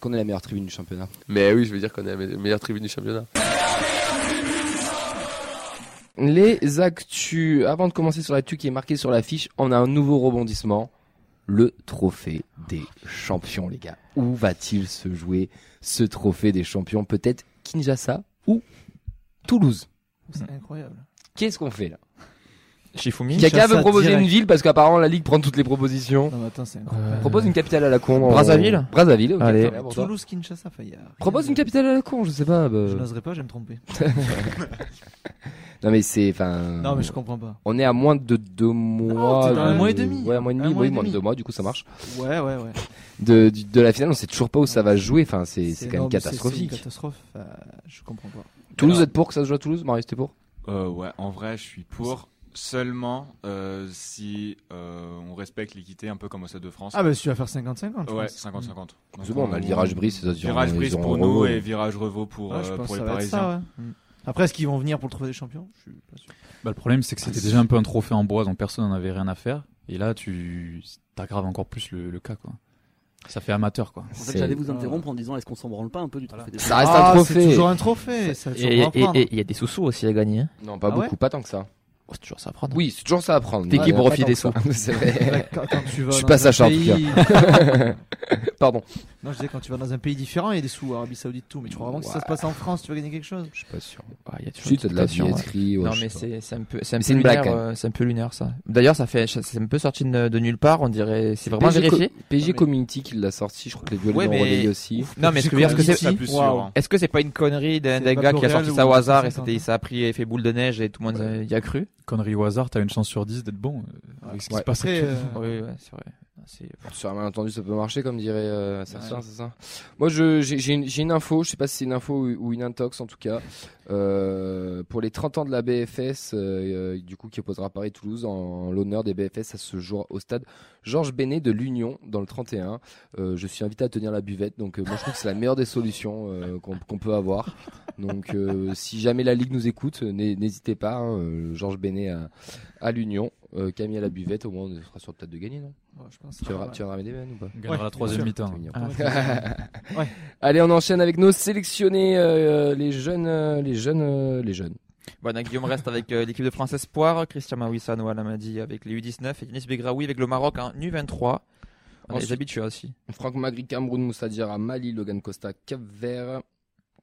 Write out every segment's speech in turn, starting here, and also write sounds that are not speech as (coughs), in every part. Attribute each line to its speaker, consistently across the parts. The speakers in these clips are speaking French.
Speaker 1: qu'on est la meilleure tribune du championnat.
Speaker 2: Mais oui, je veux dire qu'on est la me- meilleure tribune du championnat.
Speaker 3: Les actus. Avant de commencer sur l'actu qui est marquée sur l'affiche, on a un nouveau rebondissement. Le trophée des champions, les gars. Où va-t-il se jouer ce trophée des champions Peut-être Kinshasa ou Toulouse.
Speaker 4: C'est incroyable.
Speaker 3: Qu'est-ce qu'on fait là
Speaker 5: Shifumi
Speaker 3: Quelqu'un veut
Speaker 4: Kinshasa
Speaker 3: proposer
Speaker 4: direct.
Speaker 3: une ville parce qu'apparemment la Ligue prend toutes les propositions.
Speaker 4: Non, mais attends, c'est incroyable.
Speaker 5: Euh,
Speaker 3: Propose une capitale à la con. en-
Speaker 5: Brazzaville
Speaker 3: Brazzaville, ok,
Speaker 5: Allez.
Speaker 3: très bien pour toi.
Speaker 4: Toulouse, Kinshasa, Fayard.
Speaker 3: Propose une capitale à la con, je sais pas. bah.
Speaker 4: Je n'oserais pas, je vais me tromper.
Speaker 3: Ah Non mais c'est, enfin.
Speaker 4: Non, mais je comprends pas.
Speaker 3: On est à moins de deux mois.
Speaker 4: t'es dans un
Speaker 3: de-
Speaker 4: mois et demi.
Speaker 3: Ouais, un mois et demi,
Speaker 4: Un mois
Speaker 3: oui,
Speaker 4: et
Speaker 3: moins de
Speaker 4: demi.
Speaker 3: deux mois, du coup ça marche.
Speaker 4: Ouais, ouais, ouais.
Speaker 3: de, du- de la finale, on sait toujours pas où ça va se jouer. Enfin, c'est c'est quand
Speaker 4: non,
Speaker 3: même
Speaker 4: mais c'est- c'est une
Speaker 3: catastrophique.
Speaker 4: catastrophe, euh, je comprends pas.
Speaker 3: Toulouse, vous
Speaker 6: Alors-
Speaker 3: êtes pour que ça se joue à Toulouse Marius, t'es pour
Speaker 6: Euh, ouais, en vrai, je suis pour. Seulement euh, si euh, on respecte l'équité, un peu comme au Stade de France.
Speaker 4: Ah, bah, tu vas faire 50-50, je
Speaker 6: ouais,
Speaker 4: pense.
Speaker 6: 50-50. Donc,
Speaker 3: C'est bon, on a le virage brise, ça se dira,
Speaker 6: Virage
Speaker 3: ils
Speaker 6: brise
Speaker 3: auront
Speaker 6: pour
Speaker 3: le
Speaker 6: nous
Speaker 3: revaux.
Speaker 6: et virage revaux pour,
Speaker 4: Ouais, je
Speaker 6: euh,
Speaker 4: pense
Speaker 6: pour
Speaker 4: que ça
Speaker 6: les
Speaker 4: va être
Speaker 6: Parisiens.
Speaker 4: ça, ouais. Mm. Après, est-ce qu'ils vont venir pour le trouver des champions Je suis pas sûr.
Speaker 7: Bah, le problème, c'est que c'était déjà un peu un trophée en bois, donc personne n'en avait rien à faire. Et là, tu t'aggraves encore plus le, le cas, quoi. Ça fait amateur, quoi.
Speaker 8: En
Speaker 3: C'est-
Speaker 8: fait, j'allais vous interrompre en disant est-ce qu'on s'en branle pas un peu du trophée des
Speaker 3: Ça reste
Speaker 4: Ah,
Speaker 3: un
Speaker 4: C'est
Speaker 3: trophée.
Speaker 4: toujours un trophée. Ça, tu
Speaker 5: Et
Speaker 4: vas en prendre.
Speaker 5: il y a des sous-sous aussi à gagner. hein.
Speaker 3: Non, pas
Speaker 4: Ah ouais
Speaker 3: beaucoup, pas tant que ça.
Speaker 5: Oh, c'est toujours ça à prendre.
Speaker 3: Oui, c'est toujours ça à prendre.
Speaker 5: T'es qui
Speaker 3: Ouais,
Speaker 5: pour
Speaker 3: pas
Speaker 5: refiler
Speaker 3: tant
Speaker 5: des
Speaker 3: que ça. (laughs) C'est vrai.
Speaker 4: Ouais, Quand, quand tu vas
Speaker 3: Je suis
Speaker 4: dans
Speaker 3: pas
Speaker 4: un
Speaker 3: Sacha, en tout
Speaker 4: pays...
Speaker 3: Pardon.
Speaker 4: (laughs) Non, je disais, quand tu vas dans un pays différent, il y a des sous, Arabie Saoudite, tout. Mais tu crois vraiment que si ça se passe en France, tu vas gagner quelque chose
Speaker 3: Je suis pas sûr.
Speaker 5: Ouais, il y a toujours
Speaker 3: Si,
Speaker 5: une
Speaker 3: t'as de la
Speaker 5: tentation, ouais.
Speaker 3: billetterie. ouais,
Speaker 5: non
Speaker 3: je
Speaker 5: mais
Speaker 3: sais
Speaker 5: c'est c'est un peu c'est un
Speaker 3: Mais
Speaker 5: peu
Speaker 3: c'est une blague,
Speaker 5: lunaire,
Speaker 3: quand
Speaker 5: euh, c'est un peu lunaire ça. D'ailleurs ça fait c'est un peu sorti de, de nulle part on dirait c'est
Speaker 3: pas.
Speaker 5: vraiment
Speaker 3: PG
Speaker 5: vérifié.
Speaker 3: Co- PG
Speaker 4: Non, mais-
Speaker 3: Community qui l'a sorti, je crois que les duels
Speaker 5: Ouais,
Speaker 3: l'ont
Speaker 5: mais-
Speaker 3: relayé aussi.
Speaker 5: Non mais ce que je veux dire
Speaker 4: Parce
Speaker 5: c'est que
Speaker 6: Ça,
Speaker 5: c'est
Speaker 6: plus sûr,
Speaker 4: Waouh.
Speaker 6: hein.
Speaker 5: est-ce que c'est pas une connerie d'un
Speaker 4: C'est
Speaker 5: d'un
Speaker 4: pas
Speaker 5: gars qui a
Speaker 4: L'Oréal
Speaker 5: sorti ça
Speaker 4: ou
Speaker 5: au hasard et
Speaker 4: 50.
Speaker 5: c'était ça a pris effet boule de neige et tout le monde euh, y a cru.
Speaker 7: Connerie au hasard, t'as une chance sur 10 d'être bon. euh, Avec ce qui
Speaker 3: Ouais.
Speaker 7: se passe
Speaker 4: Après, euh,
Speaker 5: Oui ouais, c'est vrai. C'est-
Speaker 3: Sur un malentendu, ça peut marcher, comme dirait euh, certains, c'est ça. Moi, je- j'ai j'ai une, j'ai une info, je sais pas si c'est une info ou, ou une intox en tout cas. Euh, pour les 30 ans de la BFS, euh, euh, du coup, qui opposera Paris-Toulouse en, l'honneur des BFS, ça se jouera au stade Georges Bénet de l'Union dans le 31. Euh, je suis invité à tenir la buvette, donc euh, moi je trouve que c'est la meilleure des solutions euh, qu'on qu'on peut avoir. Donc, euh, si jamais la Ligue nous écoute, euh, n'hé- n'hésitez pas. hein, euh, Georges Bénet à, à l'Union, euh, Camille à la buvette, au moins on sera sûr peut-être de gagner, non
Speaker 4: ouais, je pense que
Speaker 3: tu
Speaker 4: ça
Speaker 3: vas,
Speaker 4: va.
Speaker 3: tu vas ramener des vannes ou pas
Speaker 7: On gagnera
Speaker 4: Ouais,
Speaker 7: la troisième
Speaker 4: bien
Speaker 7: mi-temps.
Speaker 3: C'est mignon.
Speaker 5: Ah,
Speaker 3: (laughs)
Speaker 4: Ouais.
Speaker 3: Allez, on enchaîne avec nos sélectionnés, euh, les jeunes, euh, les jeunes, euh, les jeunes.
Speaker 5: Bon, Anna Guillaume reste avec euh, l'équipe de France Espoir, Christian Mawissa Noah Lamadi avec les U19 et Yanis Begraoui avec le Maroc en U23. On est
Speaker 3: Ensuite-
Speaker 5: les habitués aussi.
Speaker 3: Franck Magri, Cameroun, Moussa Diarra, Mali, Logan Costa, Cap Vert,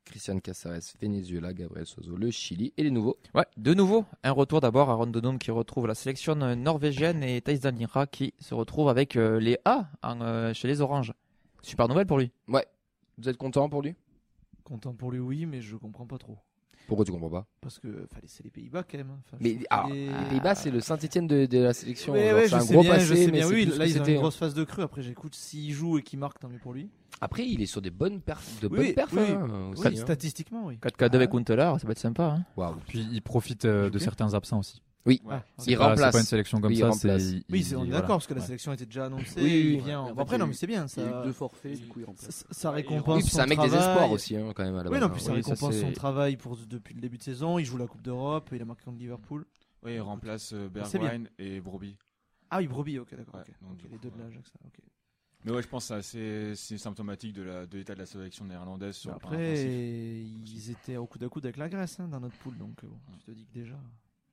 Speaker 3: Christian Casares, Venezuela, Gabriel Sozo, le Chili et les nouveaux.
Speaker 5: Ouais, de nouveau, un retour d'abord à Rondonome qui retrouve la sélection euh, norvégienne et Thijs Dallingra qui se retrouve avec euh, les A en, euh, chez les Oranges. Super nouvelle pour lui.
Speaker 3: Vous êtes content pour lui
Speaker 4: Content pour lui, oui, mais je comprends pas trop.
Speaker 3: Pourquoi tu comprends pas
Speaker 4: Parce que fallait c'est les Pays-Bas quand même. hein. Enfin, je
Speaker 3: Mais
Speaker 4: trouve
Speaker 3: alors,
Speaker 4: qu'il y a des-
Speaker 3: les Pays-Bas, c'est le Saint-Étienne de, de la sélection.
Speaker 4: Ouais,
Speaker 3: Genre,
Speaker 4: ouais,
Speaker 3: c'est
Speaker 4: je
Speaker 3: un
Speaker 4: sais
Speaker 3: gros
Speaker 4: bien,
Speaker 3: passé,
Speaker 4: je sais
Speaker 3: mais
Speaker 4: bien.
Speaker 3: c'est
Speaker 4: Oui,
Speaker 3: plus ce
Speaker 4: là
Speaker 3: que
Speaker 4: ils ont
Speaker 3: c'était,
Speaker 4: une
Speaker 3: hein.
Speaker 4: grosse phase de creux. Après, j'écoute s'il joue et qu'il marque, tant mieux pour lui.
Speaker 3: Après, il est sur des bonnes perfs, de
Speaker 4: Oui,
Speaker 3: bonnes perfs.
Speaker 4: oui,
Speaker 3: hein, aussi,
Speaker 4: Oui,
Speaker 3: hein.
Speaker 4: statistiquement, oui.
Speaker 5: 4K2 avec Untelar, ça peut être sympa. hein.
Speaker 3: Waouh.
Speaker 7: Puis il profite euh, de
Speaker 4: Ok.
Speaker 7: certains absents aussi.
Speaker 4: Ah,
Speaker 3: Il
Speaker 4: ok.
Speaker 7: Pas-
Speaker 3: remplace.
Speaker 7: C'est pas une sélection comme
Speaker 3: Oui, il
Speaker 7: ça.
Speaker 3: remplace.
Speaker 7: c'est- il-
Speaker 4: Oui, c'est-
Speaker 7: il-
Speaker 4: on est
Speaker 7: voilà.
Speaker 4: d'accord parce que la
Speaker 7: Ouais.
Speaker 4: sélection était déjà annoncée.
Speaker 3: Oui, oui,
Speaker 4: il vient.
Speaker 8: ouais.
Speaker 4: Bon, après, non, mais c'est bien.
Speaker 8: Il y a
Speaker 4: Ça,
Speaker 8: eu deux forfaits, du coup, il remplace.
Speaker 4: ça, ça
Speaker 3: Oui,
Speaker 4: récompense.
Speaker 3: puis c'est
Speaker 4: son
Speaker 3: un mec des
Speaker 4: travail.
Speaker 3: espoirs aussi, hein, quand même. À la
Speaker 4: Oui,
Speaker 3: base,
Speaker 4: non,
Speaker 3: hein.
Speaker 4: puis ça
Speaker 5: oui, ça,
Speaker 4: récompense son
Speaker 5: c'est-
Speaker 4: travail pour, depuis le début de saison. Il joue la Coupe d'Europe, il a marqué contre Liverpool.
Speaker 6: Oui, il remplace euh,
Speaker 4: Ah. c'est bien.
Speaker 6: Bergwijn et Broby.
Speaker 4: Ah oui, Broby, ok, d'accord.
Speaker 6: Ouais,
Speaker 4: ok.
Speaker 6: donc,
Speaker 4: Ok,
Speaker 6: du
Speaker 4: les
Speaker 6: coup,
Speaker 4: deux de
Speaker 6: ouais.
Speaker 4: l'Ajax. ok.
Speaker 6: Mais ouais, je pense que c'est assez- c'est symptomatique de la- de l'état de, la sélection néerlandaise sur le plan
Speaker 4: Après,
Speaker 6: offensif.
Speaker 4: ils étaient au coude à coude avec la Grèce hein, dans notre poule, donc euh, bon, tu te dis que déjà,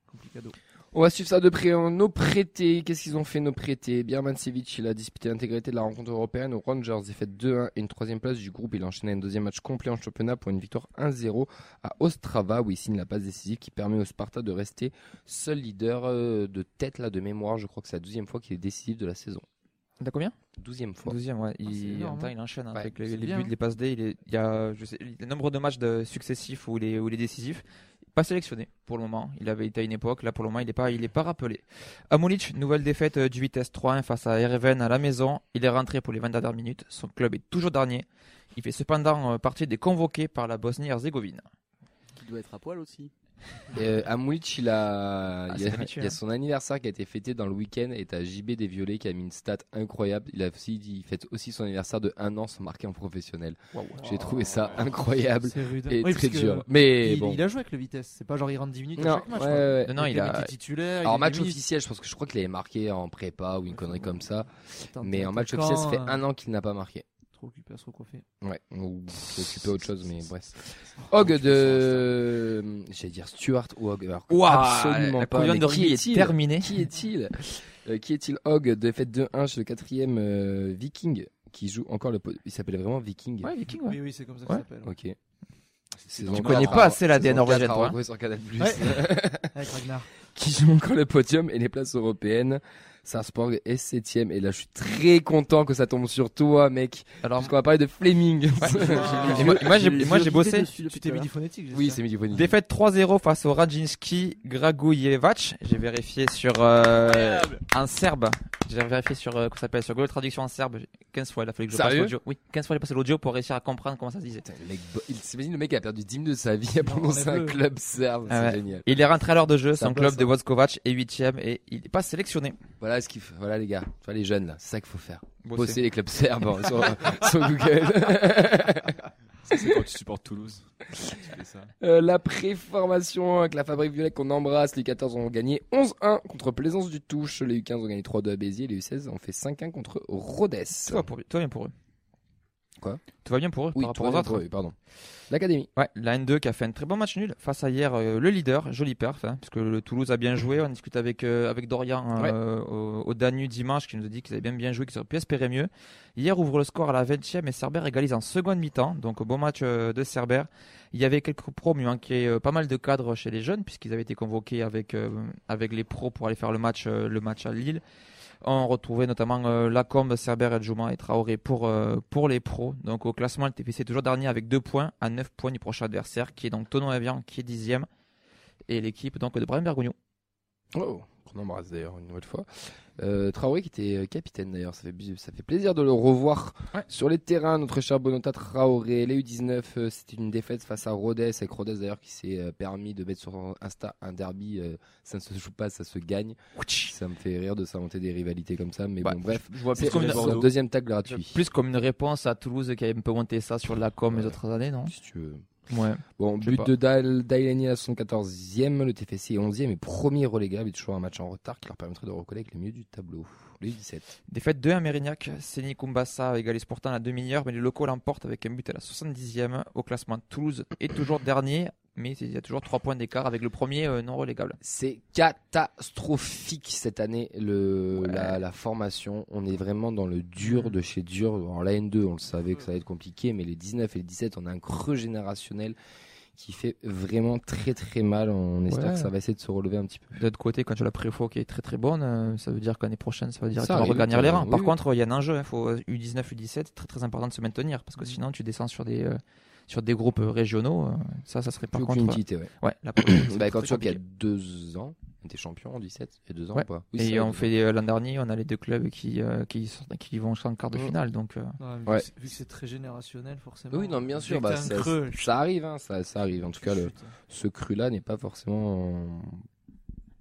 Speaker 4: complicado.
Speaker 3: On va suivre ça de près. hein. Nos prêtés, qu'est-ce qu'ils ont fait nos prêtés Bien Mancevic, il a disputé l'intégralité de la rencontre européenne aux Rangers. Il fait 2-1 et une troisième place du groupe. Il a enchaîné un deuxième match complet en championnat pour une victoire 1-0 à Ostrava où il signe la passe décisive qui permet au Sparta de rester seul leader euh, de tête là de mémoire. Je crois que c'est la douzième fois qu'il est décisif de la saison.
Speaker 5: T'as combien
Speaker 3: Douzième fois.
Speaker 5: Deuxième, ouais.
Speaker 4: Ah, c'est
Speaker 5: Il,
Speaker 4: énorme,
Speaker 5: en même temps, il enchaîne hein,
Speaker 3: Ouais,
Speaker 5: avec les,
Speaker 4: c'est
Speaker 5: les
Speaker 4: bien.
Speaker 5: buts, les passes D. Il, est- il y a je sais, le nombre de matchs de, successifs ou les, ou les décisifs. Pas sélectionné pour le moment. Il avait été à une époque. Là, pour le moment, il n'est pas, il est pas rappelé. Amolic, nouvelle défaite euh, du Vitesse 3-1 face à Ereven à la maison. Il est rentré pour les 20 dernières minutes. Son club est toujours dernier. Il fait cependant euh, partie des convoqués par la Bosnie-Herzégovine.
Speaker 8: Qui doit être à poil aussi.
Speaker 3: Euh, Amouich, il a,
Speaker 5: Ah,
Speaker 3: il, y
Speaker 5: c'est
Speaker 3: a
Speaker 5: habitué,
Speaker 3: il y a
Speaker 5: hein.
Speaker 3: son anniversaire qui a été fêté dans le week-end et t'as JB des Violets qui a mis une stat incroyable. Il a aussi dit, il fête aussi son anniversaire de un an sans marquer en professionnel. J'ai trouvé ça incroyable
Speaker 4: Oh. C'est rude. hein.
Speaker 3: et
Speaker 4: Oui,
Speaker 3: très
Speaker 4: parce que
Speaker 3: dur. Mais
Speaker 4: il,
Speaker 3: bon.
Speaker 4: il a joué avec le Vitesse, c'est pas genre il rentre 10 minutes
Speaker 3: Non,
Speaker 4: à chaque match. hein.
Speaker 3: ouais,
Speaker 4: quoi.
Speaker 3: ouais.
Speaker 5: Non, non,
Speaker 4: Donc,
Speaker 5: il
Speaker 4: le
Speaker 5: a-
Speaker 4: mec est titulaire.
Speaker 3: Alors,
Speaker 4: il est
Speaker 3: match
Speaker 4: mis-
Speaker 3: officiel, je pense que je crois qu'il avait marqué en prépa ou une connerie comme ça.
Speaker 4: Attends,
Speaker 3: Mais en
Speaker 4: attends,
Speaker 3: match
Speaker 4: quand,
Speaker 3: officiel, ça fait
Speaker 4: euh,
Speaker 3: un an qu'il n'a pas marqué.
Speaker 4: trop occupé à se recoiffer.
Speaker 3: Ouais, ou occupé à autre chose, mais bref. Hog de. J'allais dire Stuart ou Hog. Alors, que absolument
Speaker 5: la
Speaker 3: pas.
Speaker 5: couillonne
Speaker 3: mais
Speaker 5: de
Speaker 3: qui
Speaker 5: riz est
Speaker 3: est-il
Speaker 5: terminée.
Speaker 3: Qui est-il Euh, Qui est-il Hog, défaite 2-1 chez le quatrième euh, Viking, qui joue encore le. po- Il s'appelle vraiment Viking.
Speaker 5: Ouais, Viking, ouais.
Speaker 4: Oui, oui, c'est comme ça
Speaker 5: Ouais.
Speaker 4: que ça s'appelle. ouais.
Speaker 3: Ok. hein.
Speaker 6: dans
Speaker 5: Tu
Speaker 6: le
Speaker 5: connais
Speaker 6: Voilà.
Speaker 5: pas assez l'ADN norvégienne,
Speaker 3: à
Speaker 5: toi. hein.
Speaker 3: retrouver sur Canal+.
Speaker 4: Avec Ragnar.
Speaker 3: (laughs) qui joue encore le podium et les places européennes. Sarpsborg est septième et là je suis très content que ça tombe sur toi mec
Speaker 5: Alors,
Speaker 3: parce qu'on va parler de Fleming.
Speaker 5: Et moi- et moi, j'ai- et moi, j'ai bossé.
Speaker 4: Tu t'es mis du phonétique,
Speaker 3: (laughs) oui
Speaker 4: j'espère.
Speaker 3: c'est midi
Speaker 5: Mm. défaite 3-0 face au Radzinski Gragujevac. J'ai vérifié sur euh, un serbe. J'ai vérifié sur euh, qu'on s'appelle sur Google Traduction en serbe. J'ai- 15 fois il a fallu que je passe
Speaker 3: Sérieux
Speaker 5: l'audio. Oui, 15 fois j'ai passé l'audio pour réussir à comprendre comment ça se disait.
Speaker 3: Le mec, bo- il s'imagine le mec a perdu 10 minutes de sa vie à
Speaker 4: Non,
Speaker 3: prononcer un
Speaker 4: enlève-le.
Speaker 3: club serbe, c'est
Speaker 5: Ah ouais.
Speaker 3: génial.
Speaker 5: Il est rentré à l'heure de jeu,
Speaker 3: Ça
Speaker 5: son
Speaker 3: bosse,
Speaker 5: club de
Speaker 3: hein.
Speaker 5: Vozkovac est 8ème et il n'est pas sélectionné.
Speaker 3: Voilà ce qu'il faut, voilà les gars, tu vois les jeunes là, c'est ça qu'il faut faire.
Speaker 5: Bon,
Speaker 3: Bosser
Speaker 5: c'est-
Speaker 3: les clubs serbes hein, sur, sur Google.
Speaker 6: Ça, C'est quand tu supportes Toulouse. (laughs) Tu fais ça.
Speaker 3: Euh, la préformation avec la Fabrique Violet qu'on embrasse. Les U14 ont gagné 11-1 contre Plaisance du Touche. Les U15 ont gagné 3-2 à Béziers. Les U16 ont fait 5-1 contre Rodez.
Speaker 5: Tout va, pour, tout va bien pour eux.
Speaker 3: Quoi
Speaker 5: Tout va bien pour eux
Speaker 3: Oui,
Speaker 5: par rapport
Speaker 3: trois
Speaker 5: aux autres.
Speaker 3: contre eux, pardon. L'Académie.
Speaker 5: Ouais, la N2 qui a fait un très bon match nul face à hier euh, le leader, joli perf, hein, puisque le Toulouse a bien joué. On discute avec euh, avec Dorian euh, au, au Danu dimanche qui nous a dit qu'ils avaient bien bien joué, qu'ils auraient pu espérer mieux. Hier ouvre le score à la 20e et Cerber égalise en seconde mi-temps, donc bon match euh, de Cerber. Il y avait quelques pros, mais il manquait euh, pas mal de cadres chez les jeunes puisqu'ils avaient été convoqués avec euh, avec les pros pour aller faire le match euh, le match à Lille. On retrouvait notamment euh, Lacombe, Cerber, Adjouma et Traoré pour, euh, pour les pros. Donc au classement, le TPC est toujours dernier avec 2 points à 9 points du prochain adversaire qui est donc Tonon Avian qui est dixième. Et l'équipe donc de Brian Bergogno.
Speaker 3: Oh, qu'on embrasse d'ailleurs une nouvelle fois. Euh, Traoré qui était euh, capitaine d'ailleurs, ça fait, bu- ça fait plaisir de le revoir
Speaker 5: Ouais.
Speaker 3: sur les terrains. Notre cher Bonota Traoré, les U19, euh, c'était une défaite face à Rodez, avec Rodez d'ailleurs qui s'est euh, permis de mettre sur son Insta un derby. euh, ça ne se joue pas, ça se gagne. Ça me fait rire de s'inventer des rivalités comme ça, mais
Speaker 5: Ouais,
Speaker 3: bon, bref.
Speaker 5: Bah, je vois
Speaker 3: C'est
Speaker 5: plus
Speaker 3: comme
Speaker 5: comme,
Speaker 3: une-
Speaker 5: une...
Speaker 3: un deuxième tag gratuit.
Speaker 5: plus comme une réponse à Toulouse qui avait un peu monté ça sur Lacombe les autres années, non
Speaker 3: Si tu veux.
Speaker 5: Ouais.
Speaker 3: Bon,
Speaker 5: Je sais
Speaker 3: but
Speaker 5: pas.
Speaker 3: de Dal- Dailani à 74e, le TFC est 11e et premier relégable et toujours un match en retard qui leur permettrait de recollecter les mieux du tableau. Les 17.
Speaker 5: Défaite 2 à Mérignac, Séni Kumbassa égalise pourtant à la demi-heure, mais les locaux l'emportent avec un but à la 70e. Au classement, Toulouse est toujours dernier, mais il y a toujours 3 points d'écart avec le premier euh, non relégable.
Speaker 3: C'est catastrophique cette année le,
Speaker 5: Ouais.
Speaker 3: la, la formation. On est vraiment dans le dur de chez dur. Alors la N2, on le savait que ça allait être compliqué, mais les 19 et les 17, on a un creux générationnel qui fait vraiment très très mal. On espère
Speaker 5: Ouais.
Speaker 3: que ça va essayer de se relever un petit peu.
Speaker 5: De l'autre côté, quand tu as la préfo qui est très très bonne, euh, ça veut dire qu'année prochaine, ça va dire
Speaker 3: arrive, euh,
Speaker 5: regagner les rangs.
Speaker 3: oui,
Speaker 5: Par
Speaker 3: oui.
Speaker 5: contre, il y a un enjeu, il faut euh, U19, U17, très très important de se maintenir, parce que sinon tu descends sur des, euh, sur des groupes euh, régionaux, euh, ça, ça serait par
Speaker 3: Plus
Speaker 5: contre.
Speaker 3: aucune utilité,
Speaker 5: (clears throat)
Speaker 3: ouais.
Speaker 5: euh, ouais, la prochaine,
Speaker 3: (coughs)
Speaker 5: c'est
Speaker 3: Bah,
Speaker 5: très,
Speaker 3: quand
Speaker 5: très
Speaker 3: tu vois qu'il y a
Speaker 5: compliqué.
Speaker 3: deux ans, on était champion en 17, il y a deux ans
Speaker 5: Ouais.
Speaker 3: ou pas
Speaker 5: Et on fait euh, l'an dernier, on a les deux clubs qui, euh, qui, sont- qui vont jusqu'en quart de
Speaker 3: Mm.
Speaker 5: finale, donc. euh,
Speaker 4: Ouais, vu,
Speaker 3: Ouais.
Speaker 4: Que c'est- vu que c'est très générationnel, forcément.
Speaker 3: Oui, non, bien
Speaker 4: Dès
Speaker 3: sûr,
Speaker 4: que
Speaker 3: bah,
Speaker 4: t'as un
Speaker 3: ça,
Speaker 4: creux,
Speaker 3: ça arrive, hein, ça, ça arrive. En tout cas, le,
Speaker 4: chute.
Speaker 3: ce cru-là n'est pas forcément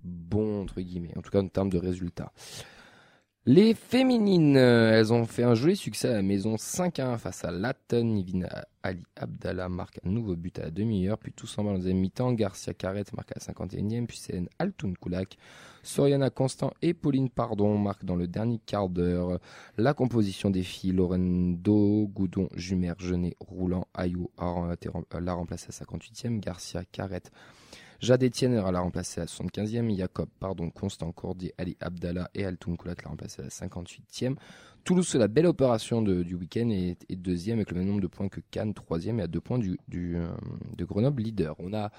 Speaker 3: bon, entre guillemets, en tout cas en termes de résultats. Les féminines, euh, elles ont fait un joli succès à la maison 5-1 face à Latten. Ivina Ali Abdallah marque un nouveau but à la demi-heure, puis tout s'emballe en deuxième mi-temps. Garcia Carret marque à la 51e, puis Célène Altoun Koulak. Soriana Constant et Pauline Pardon marquent dans le dernier quart d'heure. La composition des filles, Lorendo, Goudon, Jumer, Genet, Roulant, Ayou a- a- l'a remplacée à 58e, Garcia, Carrette, Jade Etienne elle l'a remplacée à 75e, Jacob, pardon, Constant Cordier, Ali Abdallah et Altoun Koulak l'a remplacée à 58e. Toulouse fait la belle opération de- du week-end et est deuxième avec le même nombre de points que Cannes, troisième et à deux points du, du, euh, de Grenoble, leader. On a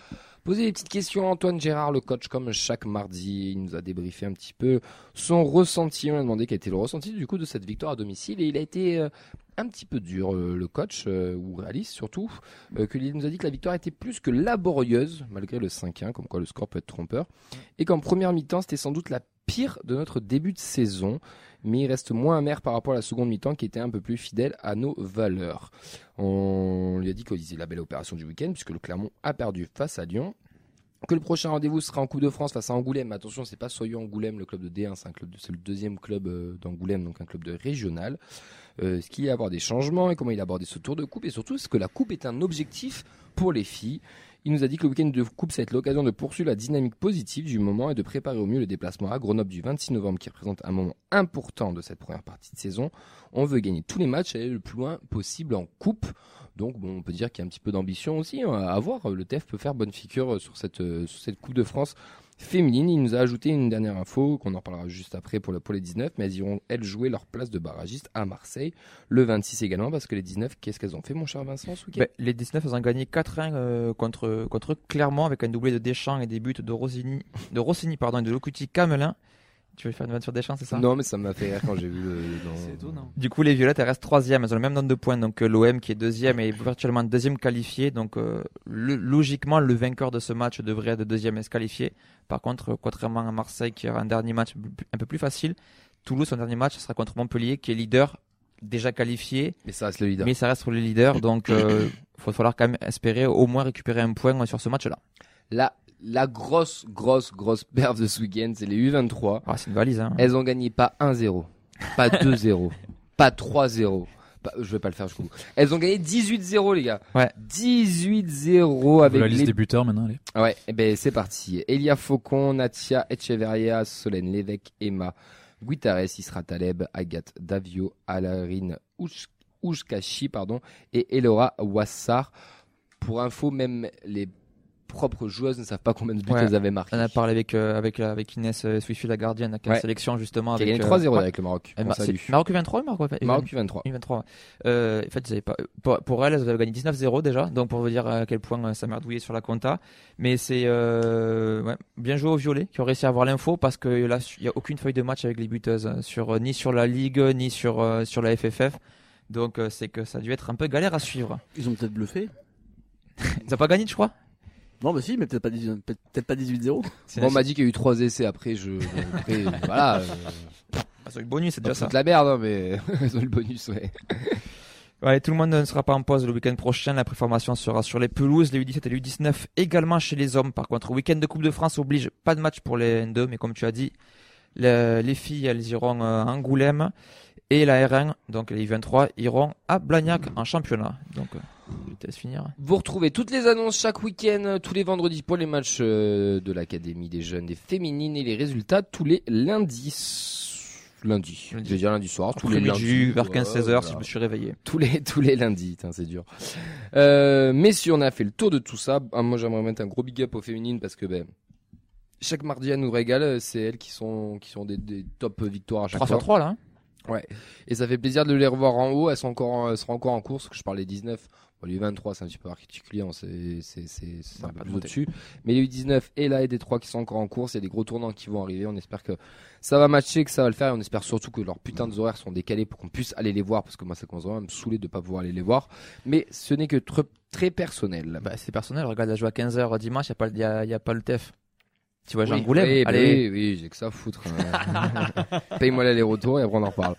Speaker 3: posé des petites questions à Antoine Gérard, le coach, comme chaque mardi. Il nous a débriefé un petit peu son ressenti. On a demandé quel était le ressenti du coup de cette victoire à domicile et il a été euh, un petit peu dur, euh, le coach, euh, ou réaliste surtout, euh, que il nous a dit que la victoire était plus que laborieuse, malgré le 5-1, comme quoi le score peut être trompeur, et qu'en première mi-temps, c'était sans doute la pire de notre début de saison, mais il reste moins amer par rapport à la seconde mi-temps qui était un peu plus fidèle à nos valeurs. On lui a dit qu'il disait la belle opération du week-end, puisque le Clermont a perdu face à Lyon. Que le prochain rendez-vous sera en Coupe de France face à Angoulême. Mais Attention, c'est pas Soyons Angoulême, le club de D1, c'est un club de- c'est le deuxième club euh, d'Angoulême, donc un club de régional. Euh, ce qu'il y a à avoir des changements et comment il a abordé ce tour de coupe et surtout est-ce que la coupe est un objectif pour les filles Il nous a dit que le week-end de coupe, ça va être l'occasion de poursuivre la dynamique positive du moment et de préparer au mieux le déplacement à Grenoble du 26 novembre qui représente un moment important de cette première partie de saison. On veut gagner tous les matchs et aller le plus loin possible en coupe. Donc bon, on peut dire qu'il y a un petit peu d'ambition aussi hein, à avoir. Le TEF peut faire bonne figure euh, sur cette, euh, sur cette Coupe de France féminine. Il nous a ajouté une dernière info qu'on en parlera juste après pour, le, pour les 19, mais elles iront, elles, jouer leur place de barragiste à Marseille le 26 également parce que les 19, qu'est-ce qu'elles ont fait mon cher Vincent ce week-end
Speaker 5: Ben, les 19, elles ont gagné 4-1 euh, contre, contre Clermont avec un doublé de Deschamps et des buts de Rossini, de Rossini pardon, et de Locuti Camelin. Tu veux faire une vanne sur Deschamps, c'est ça
Speaker 3: Non mais ça m'a fait rire quand j'ai vu
Speaker 4: (laughs)
Speaker 3: le... dans-
Speaker 4: C'est étonnant.
Speaker 5: Du coup, les Violettes, elles restent troisième. Elles ont le même nombre de points. Donc, euh, l'OM qui est deuxième est virtuellement deuxième qualifié. Donc, euh, le- logiquement, le vainqueur de ce match devrait être deuxième et se qualifier. Par contre, euh, contrairement à Marseille qui aura un dernier match un peu plus facile, Toulouse, son dernier match sera contre Montpellier qui est leader déjà qualifié.
Speaker 3: Mais ça reste le leader.
Speaker 5: Mais ça reste pour les leaders.
Speaker 3: (coughs)
Speaker 5: Donc, euh, il va falloir quand même espérer au moins récupérer un point euh, sur ce match-là.
Speaker 3: La, la grosse, grosse, grosse perf de ce week-end, c'est les U23.
Speaker 5: Ah, c'est une valise. Hein.
Speaker 3: Elles ont gagné pas 1-0, pas
Speaker 5: (laughs)
Speaker 3: 2-0, pas 3-0. pas- je vais pas le faire jusqu'au bout. Elles ont gagné 18-0, les gars.
Speaker 5: Ouais.
Speaker 3: 18-0 avec
Speaker 7: la liste
Speaker 3: les...
Speaker 7: des buteurs maintenant, allez.
Speaker 3: Ah ouais, eh ben c'est parti. Elia Faucon, Natia Echeverria, Solène Lévesque, Emma Guitares, Isra Taleb, Agathe Davio, Alarine Ouch- Ouchkachi, pardon, et Elora Wassar. Pour info, même les propres joueuses ne savent pas combien de buts
Speaker 5: Ouais.
Speaker 3: elles avaient marqué.
Speaker 5: On a parlé avec, euh, avec, la- avec Inès euh, Swifield, la gardienne, qui a
Speaker 3: Ouais.
Speaker 5: sélection justement.
Speaker 3: Qui a
Speaker 5: avec,
Speaker 3: gagné
Speaker 5: euh,
Speaker 3: 3-0
Speaker 5: ouais.
Speaker 3: avec le Maroc.
Speaker 5: Eh,
Speaker 3: On
Speaker 5: Mar-
Speaker 3: salue.
Speaker 5: c'est Maroc U23 Maroc, ouais.
Speaker 3: Maroc U23.
Speaker 5: U23. ouais. Euh, en fait, vous avez pas, pour, pour elle, vous avez gagné 19-0 déjà, donc pour vous dire à quel point euh, ça merdouillait sur la compta. Mais c'est euh, ouais, bien joué aux violets qui ont réussi à avoir l'info parce que là, il n'y a aucune feuille de match avec les buteuses, hein, sur, euh, ni sur la Ligue, ni sur, euh, sur la FFF. Donc euh, c'est que ça a dû être un peu galère à suivre.
Speaker 8: Ils ont peut-être bluffé.
Speaker 5: Ils n'ont pas gagné, je crois
Speaker 8: Non, bah si, mais peut-être pas 18 peut-être pas 18-0.
Speaker 5: C'est
Speaker 3: Bon, on m'a dit qu'il y a eu trois essais après, je. après, voilà. euh,
Speaker 5: Ah, c'est le bonus, c'est
Speaker 3: pas
Speaker 5: déjà ça.
Speaker 3: toute la merde, hein, mais. Ils ont le bonus, ouais.
Speaker 5: Ouais, tout le monde ne sera pas en pause le week-end prochain. La préformation sera sur les pelouses, les U17 et les U19 également chez les hommes. Par contre, week-end de Coupe de France oblige pas de match pour les N2, mais comme tu as dit, le- les filles elles iront euh, à Angoulême et la R1, donc les U23, iront à Blagnac en championnat. Donc, euh, je te laisse finir.
Speaker 3: Vous retrouvez toutes les annonces chaque week-end, euh, tous les vendredis pour les matchs euh, de l'Académie des jeunes, des féminines et les résultats tous les lundis. Lundi.
Speaker 5: Lundi.
Speaker 3: Je vais dire lundi soir, tous les
Speaker 5: Après-midi,
Speaker 3: lundis.
Speaker 5: vers 15-16h,
Speaker 3: Ouais,
Speaker 5: si je
Speaker 3: voilà.
Speaker 5: me suis réveillé.
Speaker 3: tous les tous les lundis, putain, c'est dur. Euh, mais si on a fait le tour de tout ça, ah, moi j'aimerais mettre un gros big up aux féminines parce que ben chaque mardi elles nous régale, c'est elles qui sont qui sont des, des top victoires à chaque
Speaker 5: 3
Speaker 3: fois.
Speaker 5: sur 3 là. hein.
Speaker 3: Et ça fait plaisir de les revoir en haut. Elles sont encore, en- elles seront encore en course. Que je parlais 19. Bon, les 23, c'est un petit peu particulier. on sait- C'est c'est- c'est un
Speaker 5: Ouais,
Speaker 3: peu
Speaker 5: pas de
Speaker 3: plus
Speaker 5: montée.
Speaker 3: au-dessus. Mais les 19 et la et des 3 qui sont encore en course. Il y a des gros tournants qui vont arriver. On espère que ça va matcher, que ça va le faire. Et on espère surtout que leurs putains de horaires sont décalés pour qu'on puisse aller les voir. Parce que moi, ça commence vraiment à me saouler de pas pouvoir aller les voir. Mais ce n'est que tr- très personnel.
Speaker 5: Bah, c'est personnel, regarde, elle joue à 15h dimanche, il n'y a, pas le- y a, y a pas le TEF. Tu vois, j'ai
Speaker 3: Oui,
Speaker 5: Angoulême.
Speaker 3: oui, bah oui,
Speaker 5: Allez, (laughs)
Speaker 3: oui, j'ai que ça à foutre. hein. Paye-moi l'aller-retour et après on en reparle.